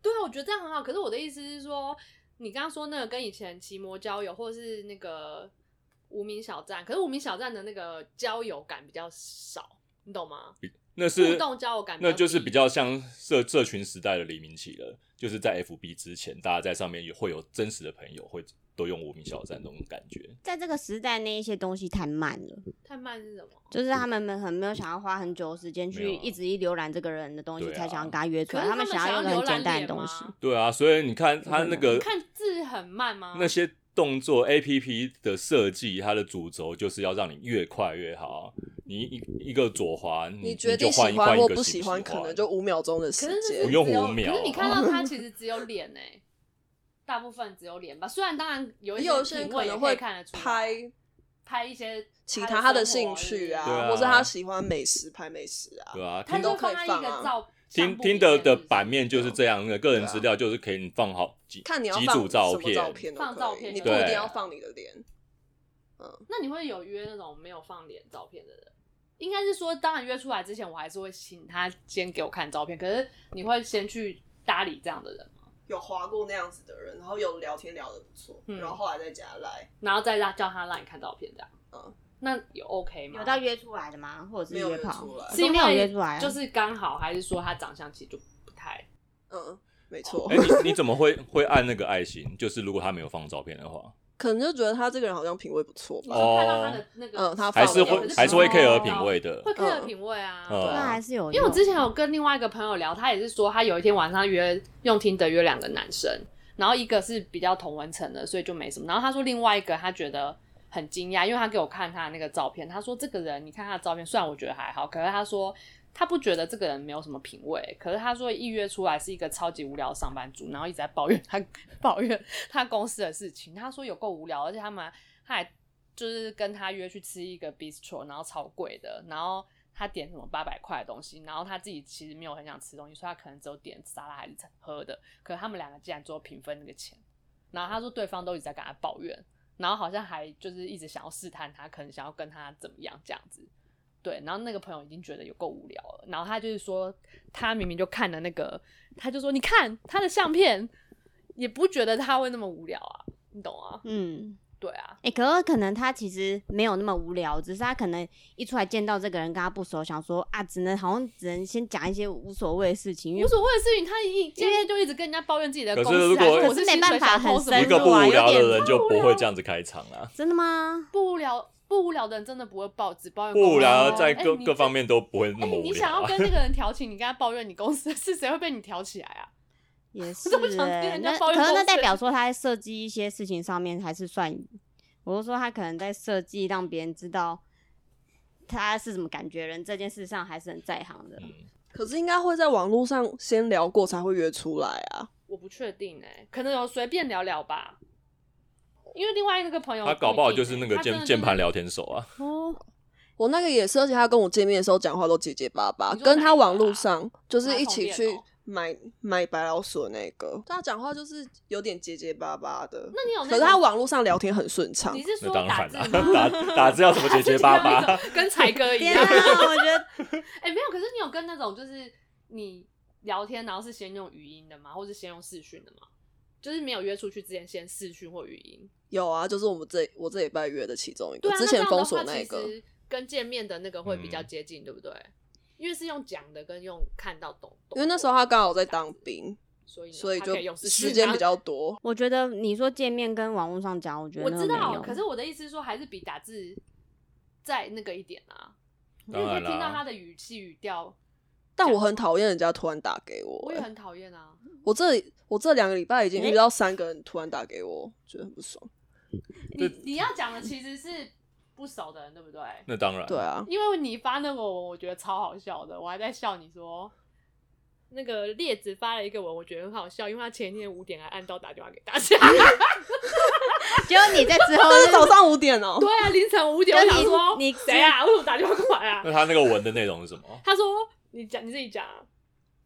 Speaker 2: 对啊，我觉得这样很好。可是我的意思是说，你刚刚说那个跟以前骑摩交友，或是那个无名小站，可是无名小站的那个交友感比较少，你懂吗？
Speaker 1: 那
Speaker 2: 互
Speaker 1: 是
Speaker 2: 动交友感比较
Speaker 1: 那就是
Speaker 2: 低
Speaker 1: 比较像社社群时代的黎明期了，就是在 FB 之前，大家在上面也会有真实的朋友，会都用无名小站那种感觉。
Speaker 3: 在这个时代，那一些东西太慢了，
Speaker 2: 太慢是什么？
Speaker 3: 就是他们们很没有想要花很久的时间
Speaker 1: 没
Speaker 3: 去
Speaker 1: 有啊
Speaker 3: 一直一浏览这个人的东西，
Speaker 1: 对啊
Speaker 3: 才想要跟他约出
Speaker 2: 可
Speaker 3: 来。
Speaker 2: 是
Speaker 3: 们
Speaker 2: 们
Speaker 3: 想
Speaker 2: 要
Speaker 3: 用一
Speaker 2: 浏
Speaker 3: 个很简
Speaker 2: 览
Speaker 3: 单
Speaker 2: 脸
Speaker 3: 的东
Speaker 2: 吗
Speaker 3: 西，
Speaker 1: 对啊，所以你看他那个
Speaker 2: 看字很慢吗？
Speaker 1: 那些动作 A P P 的设计，它的主轴就是要让你越快越好。你一一个左滑，你
Speaker 4: 你决
Speaker 1: 你就
Speaker 4: 定喜
Speaker 1: 换一换
Speaker 4: 欢
Speaker 1: 一
Speaker 4: 或
Speaker 1: 个
Speaker 4: 不
Speaker 1: 喜
Speaker 4: 喜欢，可能就五秒钟的时
Speaker 2: 可是
Speaker 4: 间
Speaker 1: 不
Speaker 2: 只。
Speaker 1: 用
Speaker 2: 只有
Speaker 1: 五秒哦
Speaker 2: 可是你看
Speaker 1: *laughs*
Speaker 2: 到它其实只有脸呢、大部分只有脸吧。虽然当然有一
Speaker 4: 有些
Speaker 2: 些
Speaker 4: 人
Speaker 2: 品
Speaker 4: 可
Speaker 2: 味也
Speaker 4: 能
Speaker 2: 可
Speaker 4: 会
Speaker 2: 以看得出来
Speaker 4: 拍
Speaker 2: 拍一些
Speaker 4: 其他他的
Speaker 2: 生活
Speaker 4: 兴趣啊，
Speaker 1: 对啊
Speaker 4: 或者他喜欢美食拍美食啊。
Speaker 1: 对啊。
Speaker 2: 他
Speaker 1: 听
Speaker 2: 就
Speaker 4: 都可
Speaker 2: 放
Speaker 4: 以
Speaker 2: 在一
Speaker 4: 放
Speaker 2: 个
Speaker 4: 啊
Speaker 2: 照
Speaker 1: 听听的
Speaker 2: 的
Speaker 1: 的版面就是这样，那个个人
Speaker 4: 对啊
Speaker 1: 资料就是可以放好几
Speaker 4: 看你要
Speaker 1: 几
Speaker 4: 放什
Speaker 1: 组
Speaker 4: 么照
Speaker 1: 片，
Speaker 4: 都
Speaker 2: 放
Speaker 4: 可
Speaker 2: 照
Speaker 4: 以
Speaker 2: 片
Speaker 4: 你
Speaker 2: 就
Speaker 4: 不一
Speaker 1: 好
Speaker 4: 定
Speaker 1: 对
Speaker 4: 要放你的脸。
Speaker 2: 那你会有约那种没有放脸照片的人？应该是说，当然约出来之前，我还是会请他先给我看照片。可是你会先去搭理这样的人吗，
Speaker 4: 有划过那样子的人，然后有聊天聊得不错，
Speaker 2: 嗯
Speaker 4: 然后后来再加来，
Speaker 2: 然后再让叫他让你看照片这样。
Speaker 4: 嗯，
Speaker 2: 那有 OK 吗？
Speaker 3: 有到约出来的吗？或者
Speaker 4: 没
Speaker 3: 是
Speaker 4: 有
Speaker 3: 约
Speaker 4: 约
Speaker 3: 炮
Speaker 4: 出来？
Speaker 2: 是因
Speaker 3: 没有
Speaker 2: 为
Speaker 3: 约出来啊，
Speaker 2: 就是刚好，还是说他长相其实就不太？
Speaker 4: 嗯，没错 *laughs*
Speaker 1: 哎、，你你怎么会会按那个爱心？就是如果他没有放照片的话，
Speaker 4: 可能就觉得他这个人好像品味不错
Speaker 2: 你
Speaker 4: 吧。
Speaker 1: 哦
Speaker 2: 说看到他的那个，
Speaker 4: 嗯他放
Speaker 1: 还
Speaker 4: 了
Speaker 1: 是
Speaker 4: 有
Speaker 1: 会
Speaker 4: 可是哦
Speaker 1: 还是会
Speaker 3: 不
Speaker 1: care
Speaker 3: 知道
Speaker 1: 品味的。
Speaker 2: 会 care
Speaker 4: 嗯
Speaker 2: 品味啊。
Speaker 1: 嗯
Speaker 3: 对啊，还是有用。
Speaker 2: 因为我之前有跟另外一个朋友聊，他也是说，他有一天晚上约用听的约两个男生，然后一个是比较同文层的，所以就没什么。然后他说另外一个他觉得很惊讶，因为他给我看他的那个照片，他说这个人你看他的照片，虽然我觉得还好，可是他说他不觉得这个人没有什么品味，可是他说一约出来是一个超级无聊的上班族，然后一直在抱怨他抱怨他公司的事情，他说有够无聊，而且他们他还就是跟他约去吃一个 bistro，然后超贵的，然后。他点什么八百块的东西，然后他自己其实没有很想吃东西，所以他可能只有点沙拉还是喝的。可是他们两个竟然最后平分那个钱，然后他说对方都一直在跟他抱怨，然后好像还就是一直想要试探他，可能想要跟他怎么样这样子。对，然后那个朋友已经觉得有够无聊了，然后他就是说，他明明就看了那个，他就说你看他的相片，也不觉得他会那么无聊啊，你懂啊？
Speaker 3: 嗯，
Speaker 2: 对啊，
Speaker 3: 哎、可是可能他其实没有那么无聊，只是他可能一出来见到这个人跟他不熟，想说啊，只能好像只能先讲一些无所谓的事情，因为
Speaker 2: 无所谓的事情，他一今天就一直跟人家抱怨自己的
Speaker 1: 可
Speaker 2: 公
Speaker 1: 是
Speaker 2: 司啊，
Speaker 1: 如果
Speaker 2: 说我
Speaker 1: 可
Speaker 3: 是
Speaker 2: 是
Speaker 3: 没
Speaker 2: 薪
Speaker 3: 办
Speaker 2: 水
Speaker 3: 法
Speaker 2: 小
Speaker 3: 很
Speaker 2: 偷什
Speaker 3: 深
Speaker 2: 么
Speaker 1: 一
Speaker 2: 的
Speaker 1: 个不
Speaker 3: 入
Speaker 1: 无
Speaker 3: 啊有
Speaker 1: 聊
Speaker 3: 点
Speaker 1: 的人就不
Speaker 2: 无
Speaker 1: 会
Speaker 2: 聊
Speaker 1: 这样子开场
Speaker 4: *laughs*
Speaker 1: 啊，
Speaker 3: 真的吗？
Speaker 2: 不无聊，不无聊的人真的不会抱，只抱怨
Speaker 1: 不无聊
Speaker 2: 公司
Speaker 1: 在
Speaker 2: 哎
Speaker 1: 各
Speaker 2: 你
Speaker 1: 各
Speaker 2: 这
Speaker 1: 方面都不会那
Speaker 2: 哎、
Speaker 1: 么无
Speaker 2: 你想
Speaker 1: 聊
Speaker 2: 要
Speaker 1: 啊。
Speaker 2: 跟那个人调情，你跟他抱怨你公司的事，谁 *laughs* 会被你挑起来啊？
Speaker 3: 也
Speaker 2: *laughs*
Speaker 3: 是、
Speaker 2: 都不想听
Speaker 3: 欸，
Speaker 2: 人家
Speaker 3: 那
Speaker 2: 抱
Speaker 3: 可
Speaker 2: 怨
Speaker 3: 能
Speaker 2: 公
Speaker 3: 那
Speaker 2: 司
Speaker 3: 代表说他在设计一些事情上面还是算，我是说他可能在设计让别人知道他是什么感觉人这件事上还是很在行的。
Speaker 4: 可是应该会在网络上先聊过才会约出来啊。
Speaker 2: 我不确定哎、可能有随便聊聊吧。因为另外那个朋友
Speaker 1: 他搞不好
Speaker 2: 一定
Speaker 1: 就是
Speaker 2: 欸
Speaker 1: 那个
Speaker 2: 他真
Speaker 1: 键
Speaker 2: 的
Speaker 1: 键
Speaker 2: 就是
Speaker 1: 盘聊天手啊，
Speaker 3: 哦，
Speaker 4: 我那个也是，而且他跟我见面的时候讲话都结结巴巴，
Speaker 2: 你说
Speaker 4: 跟
Speaker 2: 哪
Speaker 4: 他
Speaker 2: 一个
Speaker 4: 网络
Speaker 2: 啊
Speaker 4: 上就是一起
Speaker 2: 马桶
Speaker 4: 去
Speaker 2: 店哦
Speaker 4: 买买白老鼠的那个，他讲话就是有点结结巴巴的。
Speaker 2: 那你有那
Speaker 4: 可是他
Speaker 2: 种
Speaker 4: 网络上聊天很顺畅
Speaker 2: 你，是
Speaker 1: 那
Speaker 2: 说
Speaker 1: 当
Speaker 2: 打
Speaker 1: 然
Speaker 2: 字
Speaker 1: 啦、*laughs*
Speaker 2: 吗？
Speaker 1: 打打字要什么结结巴
Speaker 2: *laughs* 打
Speaker 1: 巴
Speaker 2: 字就像那，种跟才哥一
Speaker 3: *laughs* 天
Speaker 2: 样
Speaker 3: 啊，。我觉得
Speaker 2: 哎、没有，可是你有跟那种就是你聊天，然后是先用语音的吗？或是先用视讯的吗？就是没有约出去之前，先视讯或语音。
Speaker 4: 有啊，就是我们这我这礼拜约的其中一个，
Speaker 2: 对啊，
Speaker 4: 之
Speaker 2: 那
Speaker 4: 前
Speaker 2: 这样
Speaker 4: 封
Speaker 2: 的
Speaker 4: 锁
Speaker 2: 话
Speaker 4: 那
Speaker 2: 其
Speaker 4: 个。
Speaker 2: 实跟见面的那个会比较
Speaker 1: 嗯
Speaker 2: 接近，对不对？因为是用讲的跟用看到懂，懂
Speaker 4: 因为那时候他刚好在当，兵，
Speaker 2: 所以呢
Speaker 4: 所以
Speaker 2: 他
Speaker 4: 就
Speaker 2: 可以用视讯
Speaker 4: 时间
Speaker 2: 啊
Speaker 4: 比较多。
Speaker 3: 我觉得你说见面跟网络上讲，我觉得
Speaker 2: 我
Speaker 3: 那
Speaker 2: 知
Speaker 3: 个没
Speaker 2: 道，
Speaker 3: 有
Speaker 2: 可是我的意思是说，还是比打字再那个一点啊，因为
Speaker 1: 当
Speaker 2: 你可以
Speaker 1: 然
Speaker 2: 听到他
Speaker 1: 啦，
Speaker 2: 的语气语调，
Speaker 4: 但我很讨厌人家突然打给我、
Speaker 2: 我也
Speaker 4: 欸，
Speaker 2: 很讨厌啊。
Speaker 4: 我这我这两个礼拜已经
Speaker 3: 欸
Speaker 4: 遇到三个人突然打给我，觉得很不爽。
Speaker 2: 你你要讲的其实是不熟的人，对不对？
Speaker 1: 那当然，
Speaker 2: *laughs*
Speaker 4: 对啊，
Speaker 2: 因为你发那个文，我觉得超好笑的，我还在笑你说。 *laughs* 那个列子发了一个文，我觉得很好笑，因为他前一天五点还按到打电话给大
Speaker 3: *laughs*
Speaker 2: 家。
Speaker 3: 只有你在
Speaker 2: *laughs*
Speaker 3: 之后
Speaker 4: 但
Speaker 3: 就是
Speaker 4: 早上五点哦、
Speaker 2: 对啊，凌晨五点，
Speaker 3: 跟
Speaker 2: 我
Speaker 3: 你
Speaker 2: 想说
Speaker 3: 你嗯
Speaker 2: 谁啊？为什么打电话过来啊
Speaker 1: 那？他那个文的内容是什
Speaker 2: *laughs*
Speaker 1: 么？
Speaker 2: 他说你讲你自己讲啊，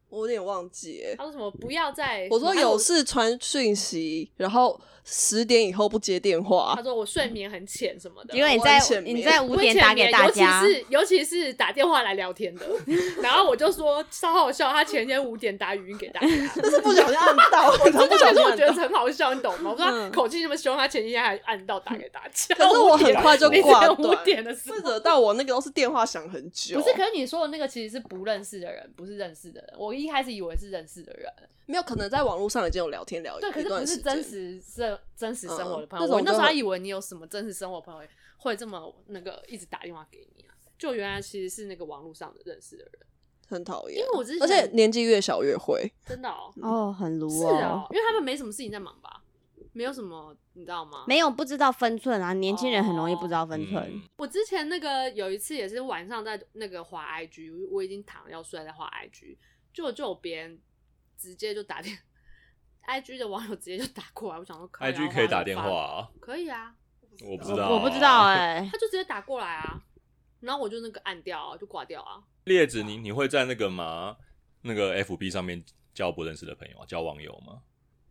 Speaker 4: 我有点忘记、欸。
Speaker 2: 他说什么不要再
Speaker 4: 我说有，事传讯息，然后十点以后不接电话
Speaker 2: 他。说我睡眠很浅什么的，
Speaker 3: 结果你
Speaker 4: 我
Speaker 3: 在
Speaker 4: 很浅
Speaker 3: 你
Speaker 4: 眠
Speaker 3: 在
Speaker 2: 我
Speaker 3: 哦五
Speaker 2: 很
Speaker 3: 点
Speaker 2: 浅
Speaker 3: 打给
Speaker 2: 眠
Speaker 3: 大家
Speaker 2: 尤，其是尤其是打电话来聊天
Speaker 3: *laughs*
Speaker 2: 的，然后我就说超好笑，他前天五点打语音给大家，
Speaker 4: 但是不小心按到，我
Speaker 2: 真
Speaker 4: 不
Speaker 2: 的，
Speaker 4: 小
Speaker 2: 可是
Speaker 4: 心
Speaker 2: *laughs* 我
Speaker 4: 按
Speaker 2: 觉得
Speaker 4: 到。
Speaker 2: 很好笑，你懂吗？我说他
Speaker 4: 嗯
Speaker 2: 口气那么凶，他前几天还按到打给大家，
Speaker 4: 可是我很快就挂断。
Speaker 2: 五点的时
Speaker 4: 会
Speaker 2: 候。
Speaker 4: 惹到我那个都是啊电话响很久，
Speaker 2: 不是，可是你说的那个其实是不认识的人，不是认识的人。我一开始以为是认识的人，
Speaker 4: 没有可能在网络上已经有聊天聊一
Speaker 2: 对，可
Speaker 4: 哦一
Speaker 2: 是不
Speaker 4: 段
Speaker 2: 是真
Speaker 4: 时间。
Speaker 2: 实生真实生活的朋友。
Speaker 4: 嗯那
Speaker 2: 我
Speaker 4: 种
Speaker 2: 那
Speaker 4: 就
Speaker 2: 时候还
Speaker 4: 很
Speaker 2: 以为你有什么真实生活朋友会这么那个一直打电话给你啊，就原来其实是那个网络上的认识的人，
Speaker 4: 很讨厌，
Speaker 2: 因为我之前
Speaker 4: 而且年纪越小越会，
Speaker 2: 真的哦，
Speaker 4: 嗯
Speaker 3: 哦，很鲁
Speaker 2: 是哦，因为他们没什么事情在忙吧，没有什么，你知道吗？
Speaker 3: 没有不知道分寸啊，年轻人很容易不知道分寸。
Speaker 1: 嗯，
Speaker 2: 我之前那个有一次也是晚上在那个滑 IG，我已经躺要睡在滑 IG，就就有别人直接就打电，IG 的网友直接就打过来，我想说靠
Speaker 1: IG
Speaker 2: 腰
Speaker 1: 可以
Speaker 2: 滑
Speaker 1: 打
Speaker 2: 就
Speaker 1: 电
Speaker 2: 发
Speaker 1: 话、啊，
Speaker 2: 可以啊，
Speaker 1: 哦我嗯不知道、
Speaker 3: 我我不知道。哎、
Speaker 2: 他就直接打过来啊，然后我就那个按掉啊，就挂掉啊。
Speaker 1: 列子你，你会在那个吗？那个 FB 上面交不认识的朋友啊，交网友吗？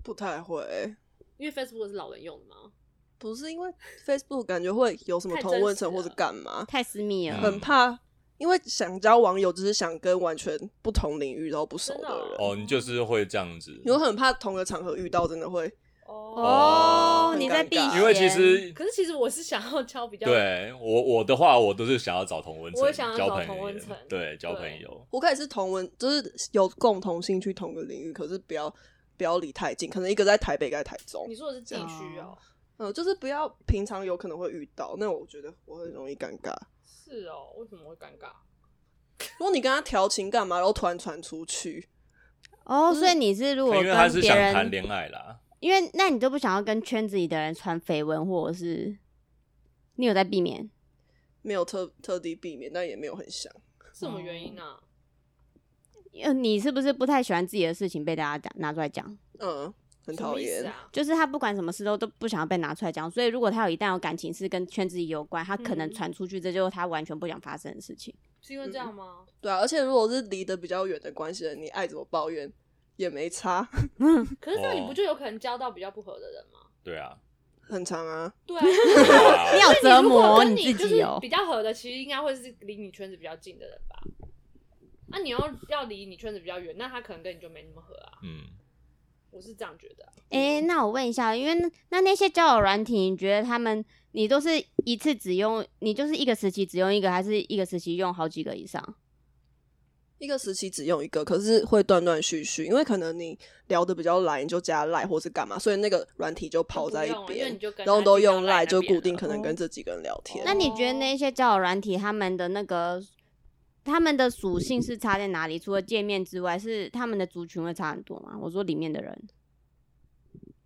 Speaker 4: 不太会。
Speaker 2: 因为 Facebook 是老人用的嘛，
Speaker 4: 不是因为 Facebook 感觉会有什么
Speaker 2: 太
Speaker 4: 同
Speaker 2: 真
Speaker 4: 温
Speaker 2: 实
Speaker 4: 层或
Speaker 2: 了
Speaker 4: 者干嘛，
Speaker 3: 太私密
Speaker 2: 啊
Speaker 1: 嗯
Speaker 3: 了。
Speaker 4: 很哦怕，因为想交网友就是想跟完全不同领域都不熟
Speaker 2: 真
Speaker 4: 的
Speaker 2: 的
Speaker 4: 人，
Speaker 1: 哦，你就是会这样子，
Speaker 4: 你会很怕同个场合遇到，真的会。
Speaker 3: 哦，
Speaker 4: 很
Speaker 3: 你
Speaker 4: 尴
Speaker 3: 在
Speaker 4: 尬
Speaker 3: 避
Speaker 4: 因
Speaker 1: 因为其
Speaker 3: 嫌
Speaker 1: 实
Speaker 2: 可是其实我是想要交比较，
Speaker 1: 对我我的话，我都是想要找同温层，
Speaker 2: 我也想要
Speaker 1: 交
Speaker 2: 找
Speaker 1: 朋友
Speaker 2: 同温层
Speaker 1: 对，交
Speaker 2: 对
Speaker 1: 朋友。
Speaker 4: 我可以是同文，就是有共同兴趣同个领域，可是不要不要离太近，可能一个在台北，一个在台中
Speaker 2: 你，说的是地区哦，
Speaker 4: 嗯，就是不要平常有可能会遇到，那我觉得我很容易尴尬。
Speaker 2: 是哦，为什么会尴尬？
Speaker 4: 如果你跟他调情干嘛，然后突然传出去，
Speaker 3: 哦，所以你是如果
Speaker 1: 因为他
Speaker 3: 跟
Speaker 1: 是
Speaker 3: 别
Speaker 1: 想谈
Speaker 3: 人
Speaker 1: 恋爱啦，
Speaker 3: 因为那你就不想要跟圈子里的人传绯闻，或者是你有在避免？
Speaker 4: 没有特特地避免，但也没有很想。
Speaker 2: 是什么原因啊？
Speaker 3: 呃，你是不是不太喜欢自己的事情被大家讲拿出来讲？
Speaker 4: 嗯，很
Speaker 2: 什么
Speaker 4: 讨
Speaker 2: 意思
Speaker 4: 厌。
Speaker 2: 啊。
Speaker 3: 就是他不管什么事都都不想要被拿出来讲，所以如果他有一旦有感情是跟圈子里有关，他可能
Speaker 2: 嗯
Speaker 3: 传出去，这就是他完全不想发生的事情。
Speaker 2: 是因为这样吗？
Speaker 4: 对啊，而且如果是离得比较远的关系人，你爱怎么抱怨也没差，
Speaker 2: 可是这样你
Speaker 1: 哦
Speaker 2: 不就有可能交到比较不合的人吗？
Speaker 1: 对 *laughs* 啊，
Speaker 4: 很长啊。
Speaker 2: 对啊，
Speaker 1: 对啊
Speaker 3: *laughs* 你好折
Speaker 2: 你如
Speaker 3: 磨
Speaker 2: 果跟
Speaker 3: 自
Speaker 2: 就
Speaker 3: 己
Speaker 2: 是
Speaker 3: 哦、
Speaker 2: 比较合的，其实应该会是离你圈子比较近的人吧。那、你要要离你圈子比较远，那他可能跟你就没那么合啊。
Speaker 1: 嗯，
Speaker 2: 我是这样觉得啊、
Speaker 3: *laughs* 诶，那我问一下，因为那那那些交友软体，你觉得他们你都是一次只用，你就是一个时期只用一个，还是一个时期用好几个以上？
Speaker 4: 一个时期只用一个，可是会断断续续，因为可能你聊得比较来，你就加赖或是干嘛，所以那个软体就
Speaker 2: 不
Speaker 4: 抛在一
Speaker 2: 用了因为
Speaker 4: 边
Speaker 2: 你就，跟
Speaker 4: 然后
Speaker 2: 他
Speaker 4: 都
Speaker 2: 进到
Speaker 4: 用
Speaker 2: Line
Speaker 4: 赖
Speaker 2: 那
Speaker 4: 就
Speaker 2: 边
Speaker 4: 固定，
Speaker 2: 了
Speaker 4: 可能
Speaker 2: 哦
Speaker 4: 跟这几个人聊天。
Speaker 3: 那你觉得那些交友软体他们的那个他们的属性是差在哪里？除了界面之外，是他们的族群会差很多吗？我说里面的人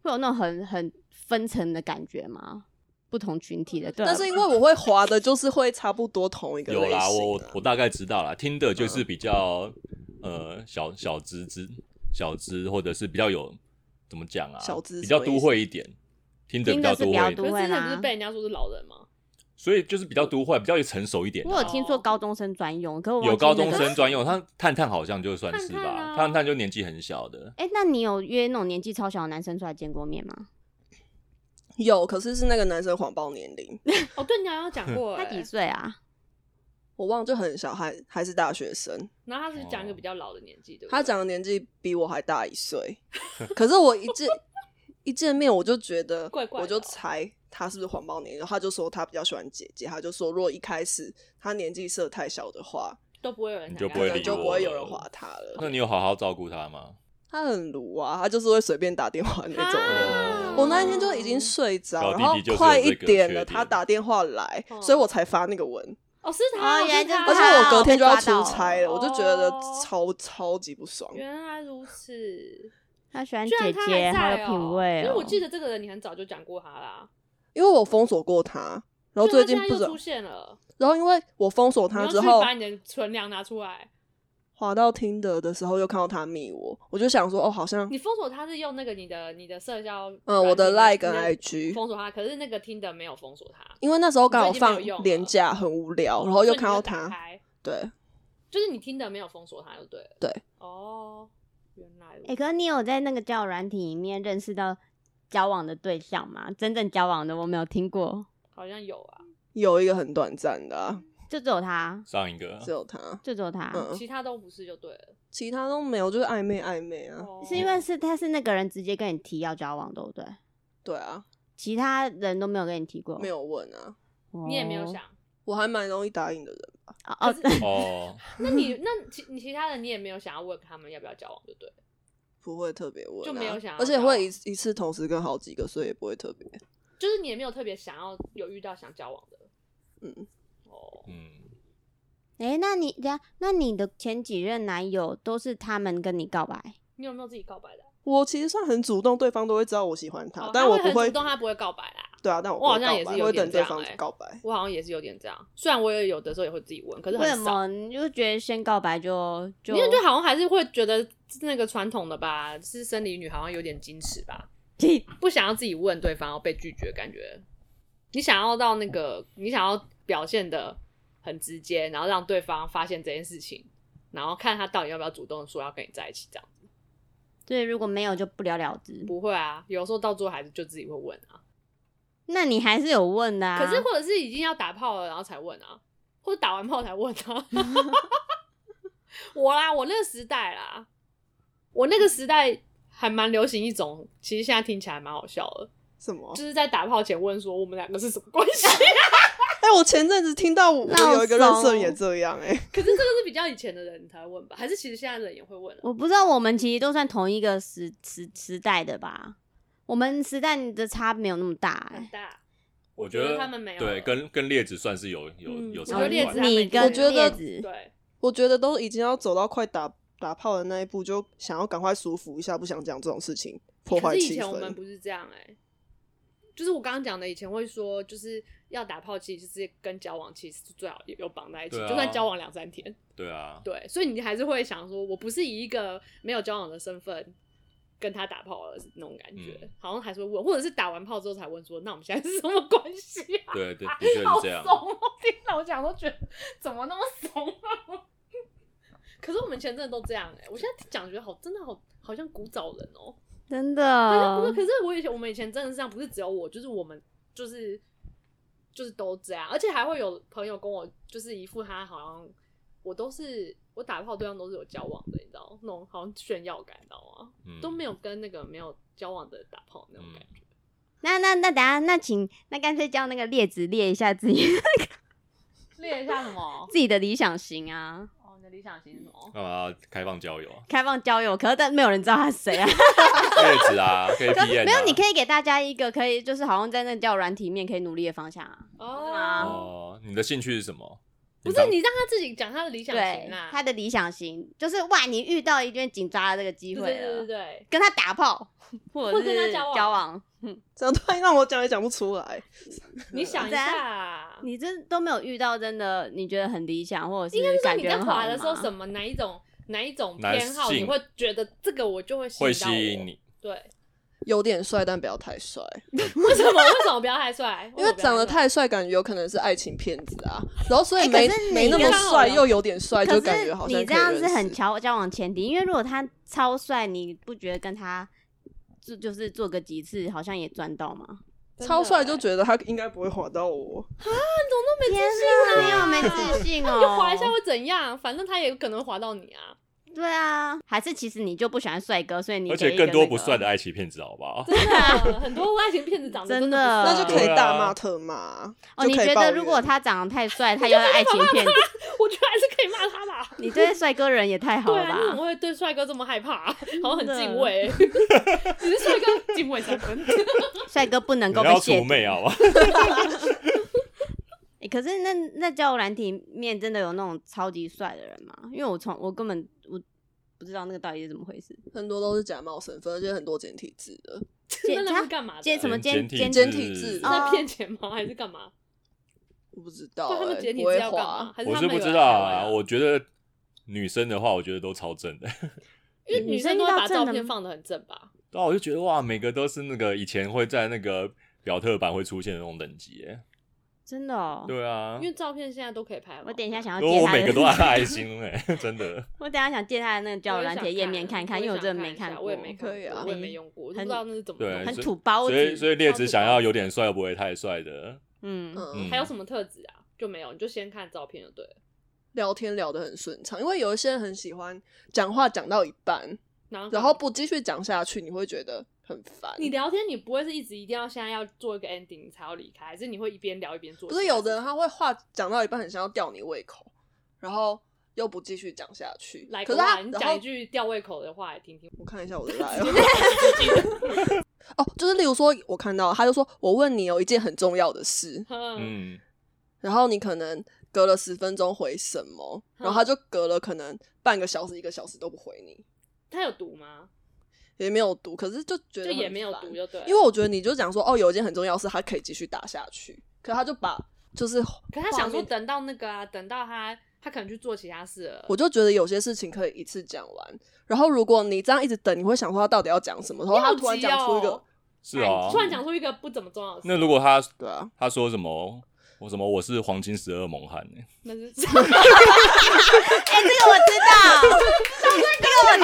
Speaker 3: 会有那种很很分层的感觉吗？不同群体的，对啊，
Speaker 4: 但是因为我会滑的，就是会差不多同一个
Speaker 1: 有
Speaker 4: 类型、
Speaker 1: 啦，
Speaker 4: 啊。嗯
Speaker 1: 我我大概知道啦，听的就是比较呃小小资资小资，或者是比较有怎么讲啊，
Speaker 4: 小资
Speaker 1: 比较
Speaker 4: 什么意
Speaker 1: 都
Speaker 4: 思
Speaker 1: 会一点，听的比较
Speaker 3: Tinder
Speaker 1: 都
Speaker 3: 是比较
Speaker 1: 会一
Speaker 3: 都
Speaker 2: 可
Speaker 1: 点，
Speaker 2: 是
Speaker 3: 会
Speaker 2: 真的
Speaker 3: 啦
Speaker 2: 不是被人家说是老人吗？
Speaker 1: 所以就是比较都会，比较成熟一点啊。
Speaker 3: 我有听说高中生专用，可我忘
Speaker 1: 有
Speaker 3: 记
Speaker 1: 高
Speaker 3: 那
Speaker 1: 中
Speaker 3: 个
Speaker 1: 生专用，他探探好像就算是
Speaker 2: 探探啊
Speaker 1: 吧，探探就年纪很小的，
Speaker 3: 哎、那你有约那种年纪超小的男生出来见过面吗？
Speaker 4: 有，可是是那个男生谎报年龄，
Speaker 2: 哦，对，你好像有讲过、
Speaker 3: 他
Speaker 2: 欸，
Speaker 3: 几岁啊？
Speaker 4: 我忘了，就很小，还还是大学生。
Speaker 2: 然后他是
Speaker 1: 哦
Speaker 2: 讲一个比较老的年纪，对不对？
Speaker 4: 他讲的年纪比我还大一岁，可是我一见一见面我就觉得，
Speaker 2: 怪怪的哦
Speaker 4: 我就猜他是不是谎报年龄，然后他就说他比较喜欢姐姐，他就说如果一开始他年纪设太小的话，
Speaker 2: 都不会有人
Speaker 1: 你
Speaker 2: 想
Speaker 1: 就
Speaker 2: 跟
Speaker 1: 不
Speaker 2: 他
Speaker 1: 会理
Speaker 2: 讲
Speaker 4: 可能就
Speaker 1: 我
Speaker 4: 不会有
Speaker 1: 了
Speaker 4: 人划他了。
Speaker 1: 那你有好好照顾他吗？
Speaker 4: 他很鲁啊，他就是会随便打电话那种人。
Speaker 1: 哦
Speaker 2: 啊
Speaker 4: 我那一天就已经睡着，
Speaker 1: 小
Speaker 4: 然
Speaker 1: 弟
Speaker 4: 后
Speaker 1: 弟就是有
Speaker 4: 快
Speaker 1: 这
Speaker 4: 一
Speaker 1: 个
Speaker 4: 点
Speaker 1: 缺
Speaker 4: 了，他
Speaker 1: 点
Speaker 4: 打电话来，
Speaker 2: 哦
Speaker 4: 所以我才发那个文。
Speaker 2: 哦，是他，
Speaker 3: 哦原来
Speaker 2: 是
Speaker 3: 就是
Speaker 2: 他
Speaker 4: 而且我隔天就要
Speaker 3: 被抓
Speaker 4: 出
Speaker 3: 到
Speaker 4: 差了，我就觉得
Speaker 2: 哦
Speaker 4: 超超级不爽。
Speaker 2: 原来如此，
Speaker 3: 他喜欢
Speaker 2: 居
Speaker 3: 姐
Speaker 2: 然他还在
Speaker 3: 姐，好有
Speaker 2: 哦
Speaker 3: 品味
Speaker 2: 因为
Speaker 3: 哦、
Speaker 2: 我记得这个人你很早就讲过他啦，
Speaker 4: 因为我封锁过他，然后
Speaker 2: 就
Speaker 4: 最
Speaker 2: 他现
Speaker 4: 近
Speaker 2: 在
Speaker 4: 不
Speaker 2: 又
Speaker 4: 知
Speaker 2: 出现了，
Speaker 4: 然后因为我封锁
Speaker 2: 你
Speaker 4: 他
Speaker 2: 要
Speaker 4: 之
Speaker 2: 去
Speaker 4: 后，
Speaker 2: 把你的存粮拿出来。
Speaker 4: 滑到听的的时候又看到他密我，我就想说哦，好像
Speaker 2: 你封锁他是用那个你的你的社交软体，
Speaker 4: 嗯我的 Line 跟
Speaker 2: 你的
Speaker 4: IG
Speaker 2: 封锁他，可是那个听的没有封锁他，
Speaker 4: 因为那时候刚好
Speaker 2: 你最近没有用
Speaker 4: 放
Speaker 2: 了哦
Speaker 4: 廉价，很无聊，哦然后又看
Speaker 2: 所以
Speaker 4: 到
Speaker 2: 你就打
Speaker 4: 他，
Speaker 2: 开，
Speaker 4: 对，
Speaker 2: 就是你听的没有封锁他就对了。
Speaker 4: 对，
Speaker 2: 哦，原来如
Speaker 3: 哎、
Speaker 2: 此
Speaker 3: 可是你有在那个交友软体里面认识到交往的对象吗？真正交往的我没有听过，
Speaker 2: 好像有啊，
Speaker 4: 有一个很短暂的、啊，
Speaker 3: 就只有他，
Speaker 1: 上一个
Speaker 4: 只有他，
Speaker 3: 就只有他，
Speaker 4: 嗯，
Speaker 2: 嗯啊其他都不是就对了。
Speaker 4: 其他都没有，就是暧昧暧昧啊，
Speaker 2: 哦
Speaker 3: 是因为是他是那个人直接跟你提要交往，对不对？
Speaker 4: 对啊，
Speaker 3: 其他人都没有跟你提过，
Speaker 4: 没有问啊，
Speaker 3: 哦，
Speaker 2: 你也没有想，
Speaker 4: 我还蛮容易答应的人，
Speaker 3: 哦哦，
Speaker 1: 哦，
Speaker 2: 那你那其你其他人你也没有想要问他们要不要交往就对了。
Speaker 4: 不会特别问、啊，
Speaker 2: 就没有想要
Speaker 4: 而且会一一次同时跟好几个，所以也不会特别，
Speaker 2: 就是你也没有特别想要有遇到想交往的。
Speaker 4: 嗯，
Speaker 2: 哦，
Speaker 1: 嗯，
Speaker 3: 哎、那你呀，那你的前几任男友都是他们跟你告白？
Speaker 2: 你有没有自己告白的啊？
Speaker 4: 我其实算很主动，对方都会知道我喜欢他，
Speaker 2: 哦
Speaker 4: 但我
Speaker 2: 他会
Speaker 4: 不
Speaker 2: 很
Speaker 4: 会
Speaker 2: 主动，他不会告白啦。
Speaker 4: 对啊，但我
Speaker 2: 我好像也是有
Speaker 4: 会
Speaker 2: 点这
Speaker 4: 等对
Speaker 2: 样
Speaker 4: 方
Speaker 2: 欸
Speaker 4: 告白。
Speaker 2: 我好像也是有点这样，虽然我也有的时候也会自己问，可是
Speaker 3: 为什
Speaker 2: 很少。
Speaker 3: 么你就觉得先告白就就
Speaker 2: 因为就好像还是会觉得那个传统的吧，是生理女好像有点矜持
Speaker 3: *laughs*
Speaker 2: 吧，不想要自己问对方要被拒绝，感觉你想要到那个你想要表现的很直接，然后让对方发现这件事情，然后看他到底要不要主动说要跟你在一起，这样
Speaker 3: 对，如果没有就不了了之。
Speaker 2: 不会啊，有时候到最后还是就自己会问啊，
Speaker 3: 那你还是有问的、啊，
Speaker 2: 可是或者是已经要打炮了，然后才问啊，或者打完炮才问啊。我啦，我那个时代啦，我那个时代还蛮流行一种，其实现在听起来蛮好笑的，
Speaker 4: 什么？
Speaker 2: 就是在打炮前问说我们两个是什么关系。
Speaker 4: 哎、我前阵子听到我
Speaker 3: 那好
Speaker 4: 有一个认识
Speaker 3: 怂
Speaker 4: 人也这样、哎，
Speaker 2: 可是这个是比较以前的人才问吧，还是其实现在的人也会问啊？
Speaker 3: 我不知道我们其实都算同一个时时时代的吧，我们时代的差没有那么大、
Speaker 4: 哎
Speaker 2: 很
Speaker 3: 欸，
Speaker 2: 大，
Speaker 1: 我
Speaker 2: 觉得他们没有
Speaker 1: 对，跟跟列子算是有有
Speaker 4: 嗯
Speaker 1: 有
Speaker 4: 我
Speaker 1: 差
Speaker 2: 觉
Speaker 1: 别
Speaker 2: 得列
Speaker 1: 吧
Speaker 2: 子
Speaker 3: 你跟
Speaker 4: 我觉得
Speaker 3: 叶子，
Speaker 2: 对，
Speaker 4: 我觉得都已经要走到快打打炮的那一步，就想要赶快舒服一下，不想讲这种事情，破
Speaker 2: 可
Speaker 4: 坏
Speaker 2: 是以
Speaker 4: 气
Speaker 2: 前我们
Speaker 4: 氛。
Speaker 2: 不是这样哎、就是我刚刚讲的，以前会说就是要打炮，其实是跟交往其实是最好有有绑在一起，
Speaker 1: 对啊
Speaker 2: 就算交往两三天，
Speaker 1: 对啊，
Speaker 2: 对，所以你还是会想说，我不是以一个没有交往的身份跟他打炮了那种感觉，
Speaker 1: 嗯
Speaker 2: 好像还是会问，或者是打完炮之后才问说，那我们现在是什么关系啊？ *laughs*
Speaker 1: 对对，的确
Speaker 2: 好
Speaker 1: 是这样
Speaker 2: 怂。哦！ *laughs* 天哪，我讲都觉得怎么那么怂啊！ *laughs* 可是我们前阵都这样哎、我现在讲觉得好，真的好，好像古早人哦、
Speaker 3: 真
Speaker 2: 可是不是，
Speaker 3: 的
Speaker 2: 可是我以前我们以前真的是这样，不是只有我，就是我们就是就是都这样，而且还会有朋友跟我就是一副他好像我都是我打炮对象都是有交往的，你知道那种好像炫耀感，你知道吗？
Speaker 1: 嗯
Speaker 2: 都没有跟那个没有交往的打炮那种感觉。
Speaker 3: *laughs* 那那那等下，那请那干脆叫那个列子列一下自己 *laughs*
Speaker 2: 列一下什么？
Speaker 3: 自己的理想型啊，？
Speaker 2: 哦，你的理想型是什么？
Speaker 1: 干嘛要开放交友啊
Speaker 3: 开放交友，可是但没有人知道他是谁啊。
Speaker 1: 叶子啊，可以
Speaker 3: 可
Speaker 1: P
Speaker 3: 没
Speaker 1: N
Speaker 3: 有，你可
Speaker 1: 以
Speaker 3: 以给大家一个可以就是好像在那叫软体面可以努力的方向啊。
Speaker 2: 哦，
Speaker 1: 哦。你的兴趣是什么？
Speaker 2: 不是
Speaker 1: 当
Speaker 2: 你让他自己讲他的理想
Speaker 3: 对
Speaker 2: 型啊啦，。
Speaker 3: 他的理想型就是哇，你遇到一件紧抓的这个机
Speaker 2: 对
Speaker 3: 会
Speaker 2: 对对对
Speaker 3: 了，
Speaker 2: 对，
Speaker 3: 跟他打炮，或者
Speaker 2: 或者跟他
Speaker 3: 是
Speaker 2: 交往
Speaker 3: 交往，
Speaker 4: 这样突然让我讲也讲不出来。
Speaker 2: 你想一
Speaker 3: 怎样
Speaker 2: 下啊。
Speaker 3: 你这都没有遇到真的你觉得很理想，或者
Speaker 2: 应该
Speaker 3: 是
Speaker 2: 是说
Speaker 3: 感
Speaker 2: 你
Speaker 3: 觉
Speaker 2: 在
Speaker 3: 很好
Speaker 2: 滑的时候，
Speaker 3: 吗
Speaker 2: 什么哪一种哪一种
Speaker 1: 男
Speaker 2: 偏好，你
Speaker 1: 性
Speaker 2: 会觉得这个我就会吸
Speaker 1: 会
Speaker 2: 引到
Speaker 1: 吸引
Speaker 2: 我。
Speaker 1: 你，
Speaker 2: 对，
Speaker 4: 有点帅，但不要太帅，
Speaker 2: 为什么为什么不要太帅？
Speaker 4: 因为长得太帅，感觉有可能是爱情骗子啊。然后所以
Speaker 3: 哎
Speaker 4: 没、
Speaker 3: 可是你
Speaker 4: 没那么
Speaker 2: 刚刚
Speaker 4: 帅，
Speaker 2: 有
Speaker 4: 又有点 *laughs* 帅，
Speaker 3: 可
Speaker 4: 就是感觉好像
Speaker 3: 你这
Speaker 4: 可以
Speaker 3: 样
Speaker 4: 认
Speaker 3: 是很
Speaker 4: 识
Speaker 3: 交交往前提，因为如果他超帅，你不觉得跟他就就是做个几次，好像也赚到吗？
Speaker 2: 真的
Speaker 4: 超帅，
Speaker 2: 欸
Speaker 4: 就觉得他应该不会划到我。
Speaker 3: 天哪，你好 *laughs* 没自信哦！
Speaker 2: 就滑一下会怎样？反正他也有可能滑到你啊。
Speaker 3: 对啊，还是其实你就不喜欢帅哥，所以你
Speaker 1: 而
Speaker 3: 给
Speaker 1: 且
Speaker 3: 一个
Speaker 1: 更多
Speaker 3: 那
Speaker 1: 不
Speaker 3: 个
Speaker 1: 算的爱情骗子，好不好？
Speaker 2: 真的， *laughs* 很多爱情骗子长得
Speaker 3: 真
Speaker 2: 真的
Speaker 3: 的
Speaker 2: 不
Speaker 4: 那
Speaker 2: 帅
Speaker 4: 就可以
Speaker 1: 对啊
Speaker 4: 大骂特骂。
Speaker 3: 哦。
Speaker 4: 就
Speaker 3: 你
Speaker 4: 可以
Speaker 3: 觉
Speaker 4: 抱
Speaker 3: 得
Speaker 4: 怨
Speaker 3: 如果他长得太帅，他又是爱情 *laughs* 骗子，
Speaker 2: 我觉得还是可以骂他吧。
Speaker 3: 你对帅哥人也太好
Speaker 2: 对
Speaker 3: 了
Speaker 2: 啊，你怎
Speaker 3: 吧？
Speaker 2: 么会对帅哥这么害怕？好像很
Speaker 3: 真的
Speaker 2: 敬畏，只是帅哥敬畏三分。
Speaker 3: 帅哥不能
Speaker 1: 你
Speaker 3: 够被
Speaker 1: 要
Speaker 3: 亵
Speaker 1: 除
Speaker 3: 渎。
Speaker 1: 魅好吧？
Speaker 3: 欸可是那那交友软体面真的有那种超级帅的人吗？因为我从我根本我不知道那个到底是怎么回事。
Speaker 4: 很多都是假冒身份，而且很多简体字的。
Speaker 3: 接
Speaker 2: 那
Speaker 3: 他
Speaker 2: 是干嘛的？
Speaker 3: 接什
Speaker 1: *laughs*
Speaker 2: 是
Speaker 3: 么
Speaker 1: 简
Speaker 3: 监
Speaker 1: 体
Speaker 3: 监
Speaker 4: 监
Speaker 3: 体？
Speaker 4: 体字
Speaker 3: 哦
Speaker 2: 在骗钱吗？还是干嘛？
Speaker 4: 我不知道、
Speaker 2: 对他们
Speaker 4: 欸，
Speaker 2: 简体
Speaker 4: 不
Speaker 2: 字
Speaker 4: 会
Speaker 2: 要干嘛
Speaker 4: 滑？。
Speaker 2: 还
Speaker 1: 我
Speaker 2: 他
Speaker 1: 是
Speaker 2: 们
Speaker 1: 不
Speaker 2: 有
Speaker 1: 知
Speaker 2: 来
Speaker 1: 道
Speaker 2: 台湾
Speaker 1: 啊，我觉得女生的话，我觉得都超正的。
Speaker 2: 因为
Speaker 3: 女
Speaker 2: 女
Speaker 3: 生
Speaker 2: 生
Speaker 3: 遇
Speaker 2: 都会
Speaker 3: 到
Speaker 2: 把
Speaker 3: 正
Speaker 2: 照
Speaker 3: 的
Speaker 2: 片
Speaker 3: 吗
Speaker 2: 放的很正吧？
Speaker 1: 对啊，我就觉得哇，每个都是那个以前会在那个表特版会出现的那种等级耶。
Speaker 3: 真的哦。
Speaker 1: 对啊
Speaker 2: 因，为照片现在都可以拍嘛。
Speaker 3: 我等一下想要
Speaker 1: 如果
Speaker 3: 借
Speaker 1: 我
Speaker 3: 他
Speaker 1: 每个都
Speaker 3: 的，
Speaker 1: 按爱心哎， *laughs* 真的。
Speaker 3: 我等一下想借他的那个交
Speaker 2: 我
Speaker 3: 友
Speaker 2: 也
Speaker 3: 软
Speaker 2: 想
Speaker 3: 体的页面
Speaker 2: 看
Speaker 3: 看看，因为
Speaker 2: 我
Speaker 3: 我
Speaker 2: 也
Speaker 3: 真
Speaker 2: 想
Speaker 3: 的没
Speaker 2: 看一
Speaker 3: 看
Speaker 2: 下
Speaker 3: 过。嗯
Speaker 2: 我也没看
Speaker 4: 可以啊
Speaker 2: 过，我也没用过，我就不
Speaker 3: 很
Speaker 2: 知道那是怎么
Speaker 1: 对
Speaker 2: 弄
Speaker 3: 很
Speaker 2: 的。
Speaker 1: 所以
Speaker 3: 土包
Speaker 1: 所
Speaker 3: 子。
Speaker 1: 以所以列子想要有点帅又不会太帅的，
Speaker 3: 嗯，
Speaker 4: 嗯，
Speaker 2: 还有什么特质啊？就没有，你就先看照片就对了。
Speaker 4: 聊天聊得很顺畅，因为有一些人很喜欢讲话讲到一半，
Speaker 2: 然后
Speaker 4: 然后不继续讲下去，你会觉得很烦。
Speaker 2: 嗯你聊天，你不会是一直一定要现在要做一个 ending 才要离开，还是你会一边聊一边做其
Speaker 4: 不
Speaker 2: 他事
Speaker 4: 是
Speaker 2: 情？
Speaker 4: 有的人他会话讲到一半，很想要吊你胃口，然后又不继续讲下去。
Speaker 2: 来
Speaker 4: 可
Speaker 2: 个
Speaker 4: 是他
Speaker 2: 话，你
Speaker 4: 然
Speaker 2: 讲
Speaker 4: 后
Speaker 2: 一句吊胃口的话来听听。
Speaker 4: 我看一下我
Speaker 2: *laughs*
Speaker 4: 的来哦。 *laughs* 哦，就是例如说，我看到他就说，我问你有哦一件很重要的事，
Speaker 2: 嗯，
Speaker 1: 嗯，
Speaker 4: 然后你可能隔了十分钟回什么，然后他
Speaker 2: 嗯
Speaker 4: 就隔了可能半个小时、一个小时都不回你，
Speaker 2: 他有毒吗？
Speaker 4: 也没有读，可是就觉得
Speaker 2: 就也
Speaker 4: 很
Speaker 2: 没有
Speaker 4: 烦
Speaker 2: 毒，就对了。
Speaker 4: 因为我觉得你就讲说，哦，有一件很重要的事，他可以继续打下去，可他就把就是，
Speaker 2: 可他想说，等到那个啊，等到他他可能去做其他事了。
Speaker 4: 我就觉得有些事情可以一次讲完，然后如果你这样一直等，你会想说他到底要讲什么，然后
Speaker 2: 好
Speaker 4: 他突然
Speaker 2: 急
Speaker 4: 讲出一个，
Speaker 2: 哦
Speaker 1: 是
Speaker 2: 哎
Speaker 1: 哦
Speaker 2: 突。然讲出一个不怎么重要的事，
Speaker 1: 那如果他
Speaker 4: 对啊，
Speaker 1: 他说什么，我什么我是黄金十二猛汉呢？
Speaker 2: 那是
Speaker 3: 哎，这个我知
Speaker 1: *laughs*
Speaker 3: 道，这个我知道。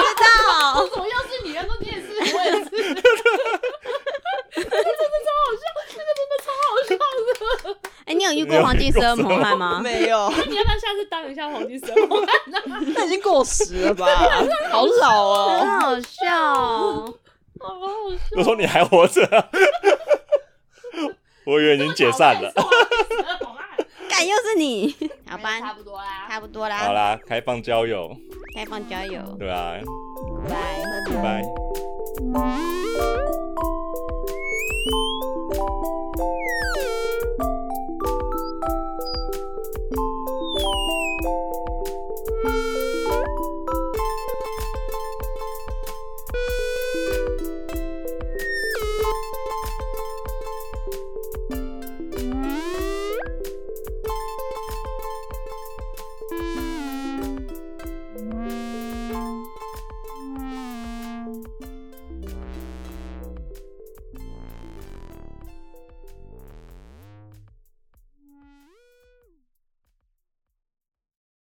Speaker 2: 我要是你，要说你也是，我也是， *laughs* 真的超好笑，那个真的超好笑的。
Speaker 3: 哎，你有遇
Speaker 1: 没
Speaker 3: 过
Speaker 1: 有
Speaker 3: 黄
Speaker 1: 遇
Speaker 3: 金十
Speaker 1: 过
Speaker 3: 二
Speaker 1: 什么
Speaker 3: 猛汉
Speaker 1: *laughs*
Speaker 3: 吗？
Speaker 4: 没有，
Speaker 2: 那你要不要下次当一下黄金神魔？
Speaker 4: *laughs* 那已经过时了吧， *laughs* 好老 *laughs* 哦。
Speaker 3: 很好笑哦。
Speaker 2: 好好笑，
Speaker 1: 我说你还活着啊，我以为已经解散了。
Speaker 2: *laughs*
Speaker 3: 干又是你，好吧，
Speaker 2: 差不多啦，
Speaker 3: 差不多啦，
Speaker 1: 好啦，开放交友，啊
Speaker 3: 开放交友，
Speaker 1: 对吧？
Speaker 3: 拜。
Speaker 1: 拜拜。
Speaker 4: 拜